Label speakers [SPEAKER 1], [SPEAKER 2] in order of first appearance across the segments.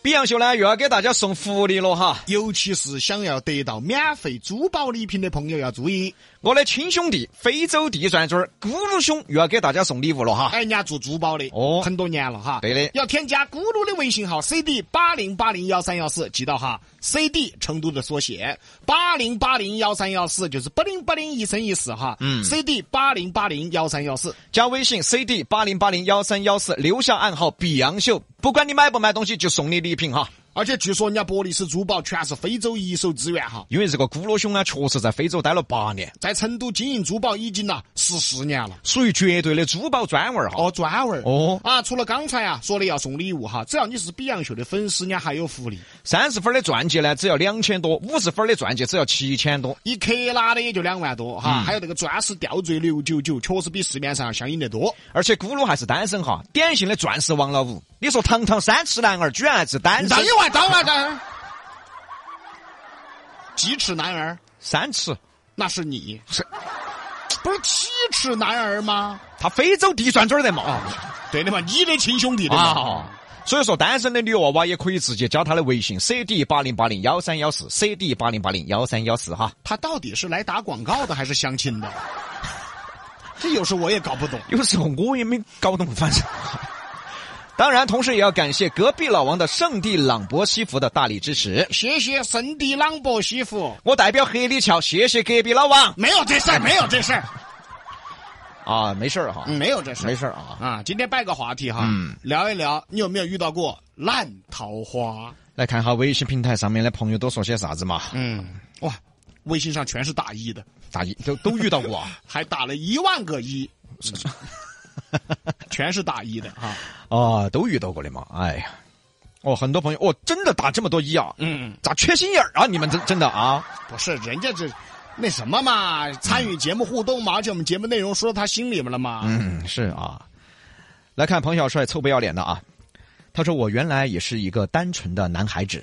[SPEAKER 1] 比洋秀呢又要给大家送福利了哈！
[SPEAKER 2] 尤其是想要得到免费珠宝礼品的朋友要注意，
[SPEAKER 1] 我的亲兄弟非洲地钻钻儿咕噜兄又要给大家送礼物了哈！
[SPEAKER 2] 哎，人家做珠宝的
[SPEAKER 1] 哦
[SPEAKER 2] 很多年了哈。
[SPEAKER 1] 对的
[SPEAKER 2] 要添加咕噜的微信号 cd 八零八零幺三幺四，记到哈，cd 成都的缩写，八零八零幺三幺四就是八零八零一生一世哈。嗯，cd 八零八零幺三幺四，
[SPEAKER 1] 加微信 cd 八零八零幺三幺四，留下暗号“比洋秀”，不管你买不买东西，就送你礼品哈！
[SPEAKER 2] 而且据说人家伯利斯珠宝全是非洲一手资源哈。
[SPEAKER 1] 因为这个咕噜兄呢，确实在非洲待了八年，
[SPEAKER 2] 在成都经营珠宝已经呐十四年了。
[SPEAKER 1] 属于绝对的珠宝专文儿哈！
[SPEAKER 2] 哦，专文儿
[SPEAKER 1] 哦
[SPEAKER 2] 啊！除了刚才啊说的要送礼物哈，只要你是比洋秀的粉丝，人家还有福利，
[SPEAKER 1] 三十分的钻戒呢，只要两千多；五十分的钻戒只要七千多。
[SPEAKER 2] 一克拉的也就两万多哈，还有那个钻石吊坠六九九，确实比市面上要相应得多。
[SPEAKER 1] 而且咕噜还是单身哈，典型的钻石王老五。你说堂堂三尺男儿，居然还是单身
[SPEAKER 2] 当？然，当然，当然， 鸡翅男儿
[SPEAKER 1] 三尺，
[SPEAKER 2] 那是你，不是七尺男儿吗？
[SPEAKER 1] 他非洲地钻钻儿的嘛。
[SPEAKER 2] 对的嘛，你的亲兄弟的嘛。
[SPEAKER 1] 啊。所以说，单身的女娃娃也可以直接加他的微信 cd 八零八零幺三幺四 cd 八零八零幺三幺四哈。
[SPEAKER 2] 他到底是来打广告的还是相亲的？ 这有时候我也搞不懂。
[SPEAKER 1] 有时候我也没搞懂，反正。当然，同时也要感谢隔壁老王的圣地朗博西服的大力支持。
[SPEAKER 2] 谢谢圣地朗博西服。
[SPEAKER 1] 我代表黑里桥谢谢隔壁老王
[SPEAKER 2] 没有这事儿，没有这事儿，
[SPEAKER 1] 啊，没事儿哈，
[SPEAKER 2] 没有这事儿，
[SPEAKER 1] 没事儿啊。
[SPEAKER 2] 啊。今天摆个话题哈，
[SPEAKER 1] 嗯
[SPEAKER 2] 聊一聊你有没有遇到过烂桃花？
[SPEAKER 1] 来看下微信平台上面的朋友都说些啥子嘛？
[SPEAKER 2] 嗯，哇，微信上全是打一的，
[SPEAKER 1] 大一都都遇到过啊。
[SPEAKER 2] 还打了一万个一，全是打一的哈。
[SPEAKER 1] 啊，都遇到过的嘛。哎呀，哦，很多朋友哦，真的打这么多一啊，
[SPEAKER 2] 嗯，
[SPEAKER 1] 咋缺心眼儿啊？你们真真的啊？
[SPEAKER 2] 不是，人家这那什么嘛，参与节目互动嘛，而且我们节目内容说到他心里面了嘛。
[SPEAKER 1] 嗯，是啊。来看彭小帅臭不要脸的啊，他说我原来也是一个单纯的男孩子，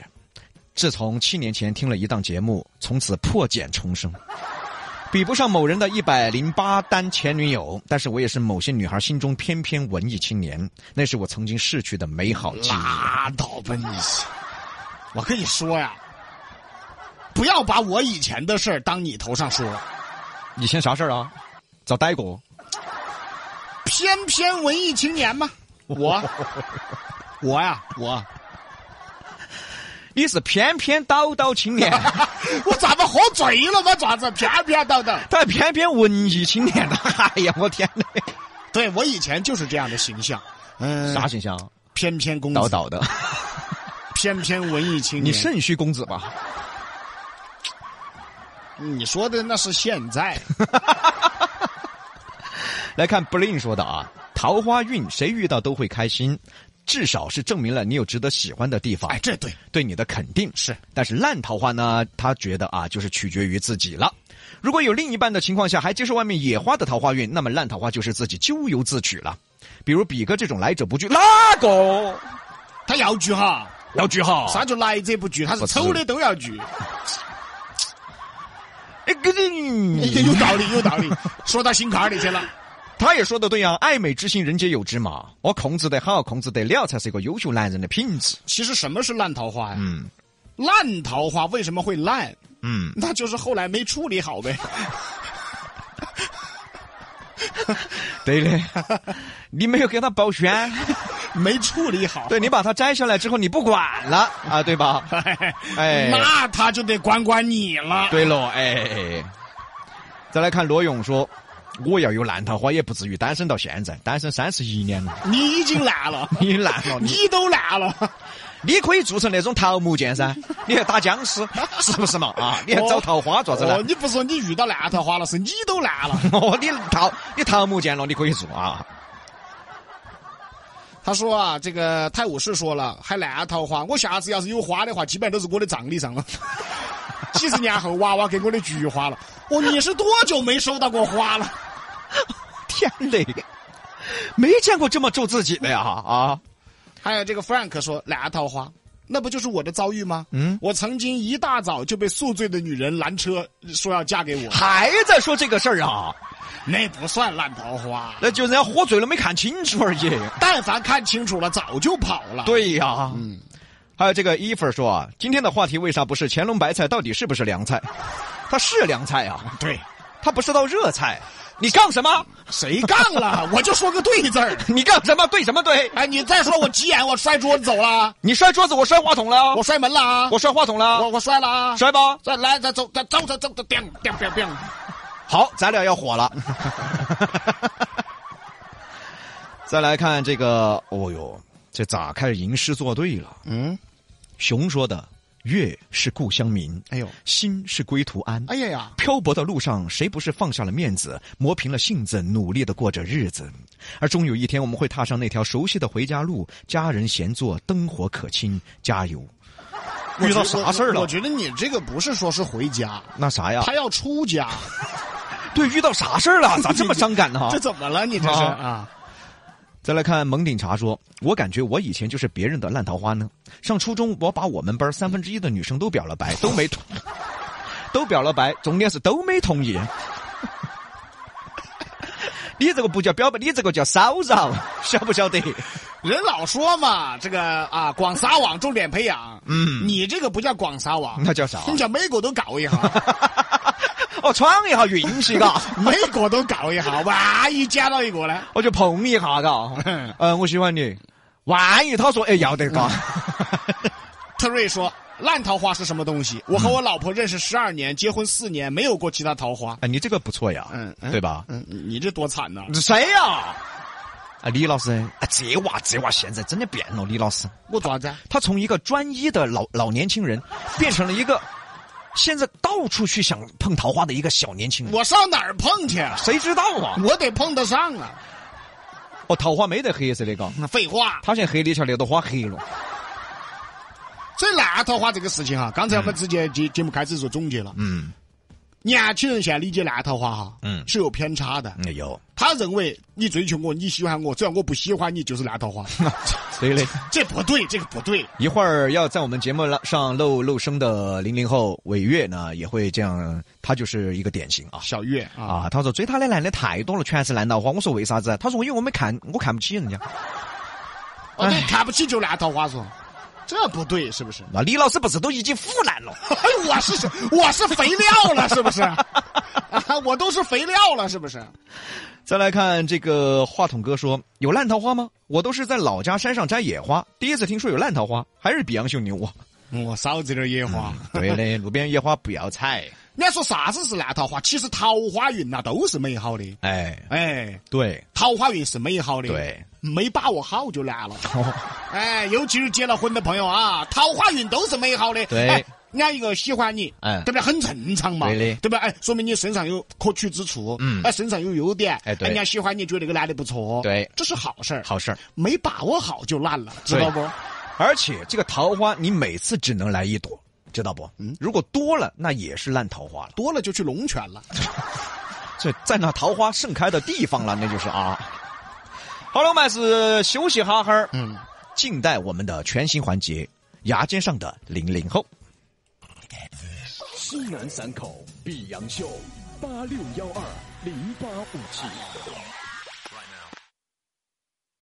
[SPEAKER 1] 自从七年前听了一档节目，从此破茧重生。比不上某人的一百零八单前女友，但是我也是某些女孩心中翩翩文艺青年，那是我曾经逝去的美好记忆。
[SPEAKER 2] 拉倒吧你！我跟你说呀，不要把我以前的事儿当你头上说。
[SPEAKER 1] 以前啥事儿啊？遭逮过？
[SPEAKER 2] 翩翩文艺青年 嘛，我，我呀，我，
[SPEAKER 1] 你是翩翩叨叨青 年，
[SPEAKER 2] 我咋不喝醉了吗？咋子翩翩叨叨？
[SPEAKER 1] 他还偏偏文艺青年的，哎呀，我天哪！
[SPEAKER 2] 对我以前就是这样的形象，嗯，
[SPEAKER 1] 啥形象？啊
[SPEAKER 2] 翩翩公子，
[SPEAKER 1] 叨叨的，
[SPEAKER 2] 翩翩文艺青
[SPEAKER 1] 你
[SPEAKER 2] 年。
[SPEAKER 1] 肾虚公子吧？
[SPEAKER 2] 你说的那是现在，
[SPEAKER 1] 来看 Blin 说的啊，桃花运谁遇到都会开心，至少是证明了你有值得喜欢的地方，
[SPEAKER 2] 哎，这对
[SPEAKER 1] 对你的肯定。
[SPEAKER 2] 是
[SPEAKER 1] 但是烂桃花呢，他觉得啊，就是取决于自己了。如果有另一半的情况下还接受外面野花的桃花运，那么烂桃花就是自己咎由自取了。比如比哥这种来者不拒，哪个
[SPEAKER 2] 他要聚哈，
[SPEAKER 1] 要拒哈？
[SPEAKER 2] 啥叫来者不拒？他是
[SPEAKER 1] 不是
[SPEAKER 2] 丑的都要聚，
[SPEAKER 1] 哎，跟你
[SPEAKER 2] 有道理，有道理，说到心坎儿里 去了。
[SPEAKER 1] 他也说的对呀、啊爱美之心，人皆有之嘛。我控制得好，控制得了，才是一个优秀男人的品质。
[SPEAKER 2] 其实什么是烂桃花呀？
[SPEAKER 1] 嗯
[SPEAKER 2] 烂桃花为什么会烂？
[SPEAKER 1] 嗯，
[SPEAKER 2] 那就是后来没处理好呗。
[SPEAKER 1] 对的， 你没有给他保全，
[SPEAKER 2] 没处理好，
[SPEAKER 1] 对你把它摘下来之后，你不管了啊，对吧？哎
[SPEAKER 2] 那他就得管管你了。
[SPEAKER 1] 对喽，哎。再来看罗勇说，我要有烂桃花，也不至于单身到现在，单身三十一年了。
[SPEAKER 2] 你已经烂了，
[SPEAKER 1] 你烂了， 你
[SPEAKER 2] 你都烂了，
[SPEAKER 1] 你可以做成那种桃木剑噻， 你还打僵尸， 是不是嘛？啊，你还找桃花做啥子呢
[SPEAKER 2] 哦，？你不是说你遇到烂桃花了，是你都烂 了。
[SPEAKER 1] 哦，你桃你桃木剑了，你可以做啊。
[SPEAKER 2] 他说啊，这个太武士说了，还烂桃花，我下次要是有花的话，基本上都是我的葬礼上了。 几十年后，娃娃给我的菊花了。哦，你是多久没收到过花了？
[SPEAKER 1] 天嘞，没见过这么咒自己的呀啊！
[SPEAKER 2] 还有这个 Frank 说烂桃花，那不就是我的遭遇吗？嗯，我曾经一大早就被宿醉的女人拦车，说要嫁 给我，
[SPEAKER 1] 还在说这个事儿啊？
[SPEAKER 2] 那不算烂桃花。
[SPEAKER 1] 那就人家喝醉了没看清楚而已。
[SPEAKER 2] 但凡看清楚了，早就跑了。，
[SPEAKER 1] 对呀、还有这个伊粉说啊，今天的话题为啥不是乾隆白菜到底是不是凉菜？它是凉菜啊，
[SPEAKER 2] 对，
[SPEAKER 1] 它不是道热菜。你杠什么？
[SPEAKER 2] 谁杠了？我就说个对字儿。
[SPEAKER 1] 你杠什么？对什么对？
[SPEAKER 2] 哎，你再说我急眼，我摔桌子走了，
[SPEAKER 1] 你摔桌子，我摔话筒了啊，
[SPEAKER 2] 我摔门了啊，
[SPEAKER 1] 我摔话筒了啊
[SPEAKER 2] 我，我摔了啊，
[SPEAKER 1] 摔吧。
[SPEAKER 2] 再来再走再走走走走，叮叮叮叮，
[SPEAKER 1] 好，咱俩要火了。 再来看这个，哦呦，这咋开始吟诗作对了？
[SPEAKER 2] 嗯，
[SPEAKER 1] 熊说的：“月是故乡明，
[SPEAKER 2] 哎呦，
[SPEAKER 1] 心是归途安。”
[SPEAKER 2] 哎呀呀，
[SPEAKER 1] 漂泊的路上，谁不是放下了面子，磨平了性子，努力的过着日子？而终有一天，我们会踏上那条熟悉的回家路，家人闲坐，灯火可亲，加油！遇到啥事儿
[SPEAKER 2] 我
[SPEAKER 1] 了？啊
[SPEAKER 2] 觉得你这个不是说是回家，
[SPEAKER 1] 那啥呀？
[SPEAKER 2] 他要出家，
[SPEAKER 1] 啊对，遇到啥事儿了？咋这么伤感呢？
[SPEAKER 2] 这怎么了？你这是
[SPEAKER 1] 啊
[SPEAKER 2] 啊？
[SPEAKER 1] 再来看蒙顶茶说：“我感觉我以前就是别人的烂桃花呢。上初中，我把我们班三分之一的女生都表了白，都没同，都表了白，重点是都没同意。你这个不叫表白，你这个叫骚扰，晓不晓得？
[SPEAKER 2] 人老说嘛，这个啊，广撒网重点培养。嗯，你这个不叫广撒网，
[SPEAKER 1] 那叫啥
[SPEAKER 2] 你叫美国都搞一下，
[SPEAKER 1] 哦，闯一下运气嘎，
[SPEAKER 2] 美国都搞一下，万一捡到一个呢？
[SPEAKER 1] 我就碰一下嘎。嗯，我喜欢你。万一他说哎要得嘎，
[SPEAKER 2] 特瑞说。烂桃花是什么东西？我和我老婆认识十二年，结婚四年，没有过其他桃花。
[SPEAKER 1] 哎，你这个不错呀，
[SPEAKER 2] 嗯嗯
[SPEAKER 1] 对吧？
[SPEAKER 2] 嗯，你这多惨呐、
[SPEAKER 1] 谁呀？啊，李老师，啊，这娃这娃现在真的变了，李老师。
[SPEAKER 2] 我咋子？
[SPEAKER 1] 他从一个专一的老老年轻人，变成了一个现在到处去想碰桃花的一个小年轻人。
[SPEAKER 2] 我上哪儿碰去啊？
[SPEAKER 1] 谁知道啊？
[SPEAKER 2] 我得碰得上啊！
[SPEAKER 1] 哦，桃花没得黑色的嘎，
[SPEAKER 2] 那废话，
[SPEAKER 1] 他现在黑里头那朵花黑了。
[SPEAKER 2] 所以烂桃花这个事情哈，啊刚才我们直接节节目开始做总结了。
[SPEAKER 1] 嗯，
[SPEAKER 2] 年轻人现在理解烂桃花哈，
[SPEAKER 1] 嗯
[SPEAKER 2] 是有偏差的。
[SPEAKER 1] 有，
[SPEAKER 2] 他认为你追求我，你喜欢我，只要我不喜欢你就是烂桃花，
[SPEAKER 1] 嗯对嘞。
[SPEAKER 2] 这不对，这个不对。
[SPEAKER 1] 一会儿要在我们节目上露露声的零零后伟月呢，也会这样，他就是一个典型啊。
[SPEAKER 2] 小月啊，
[SPEAKER 1] 啊，他说追他的男的太多了，全是烂桃花。我说为啥子？他说因为我没看，我看不起人家。
[SPEAKER 2] 哦，对，看不起就烂桃花说，这不对，是不是？
[SPEAKER 1] 那李老师不是都已经腐烂了？
[SPEAKER 2] 哎，我是什我是肥料了，是不 是？啊，我都是肥料了，是不是？
[SPEAKER 1] 再来看这个话筒哥说：“有烂桃花吗？我都是在老家山上摘野花，第一次听说有烂桃花，还是比杨秀牛啊！
[SPEAKER 2] 我少这点野花。
[SPEAKER 1] 啊对 嘞，路边野花不要采。
[SPEAKER 2] 人家嗯说啥子是烂桃花？其实桃花运呐、都是美好的。
[SPEAKER 1] 哎，
[SPEAKER 2] 哎，
[SPEAKER 1] 对
[SPEAKER 2] 桃花运是美好的，
[SPEAKER 1] 对，
[SPEAKER 2] 没把握好就难了。哎，尤其是结了婚的朋友啊，桃花运都是美好的。
[SPEAKER 1] 对
[SPEAKER 2] 哎人家一个喜欢你，
[SPEAKER 1] 嗯
[SPEAKER 2] 对不对？很正常嘛，
[SPEAKER 1] 对的
[SPEAKER 2] 不对？哎，说明你身上有可取之处，
[SPEAKER 1] 嗯
[SPEAKER 2] 哎，身上有优点，
[SPEAKER 1] 哎对
[SPEAKER 2] 人家喜欢你，觉得这个男的不错，
[SPEAKER 1] 对
[SPEAKER 2] 这是好事 儿。
[SPEAKER 1] 好事儿。
[SPEAKER 2] 没把握好就烂了，知道不？
[SPEAKER 1] 而且这个桃花，你每次只能来一朵，知道不？嗯，如果多了，那也是烂桃花了。
[SPEAKER 2] 多了就去龙泉了。
[SPEAKER 1] 这在那桃花盛开的地方了，那就是 啊。好了，我们还是休息哈哈儿，
[SPEAKER 2] 嗯，
[SPEAKER 1] 静待我们的全新环节《牙尖上的零零后》。
[SPEAKER 3] 西南三口碧阳秀，八六幺二零八五七。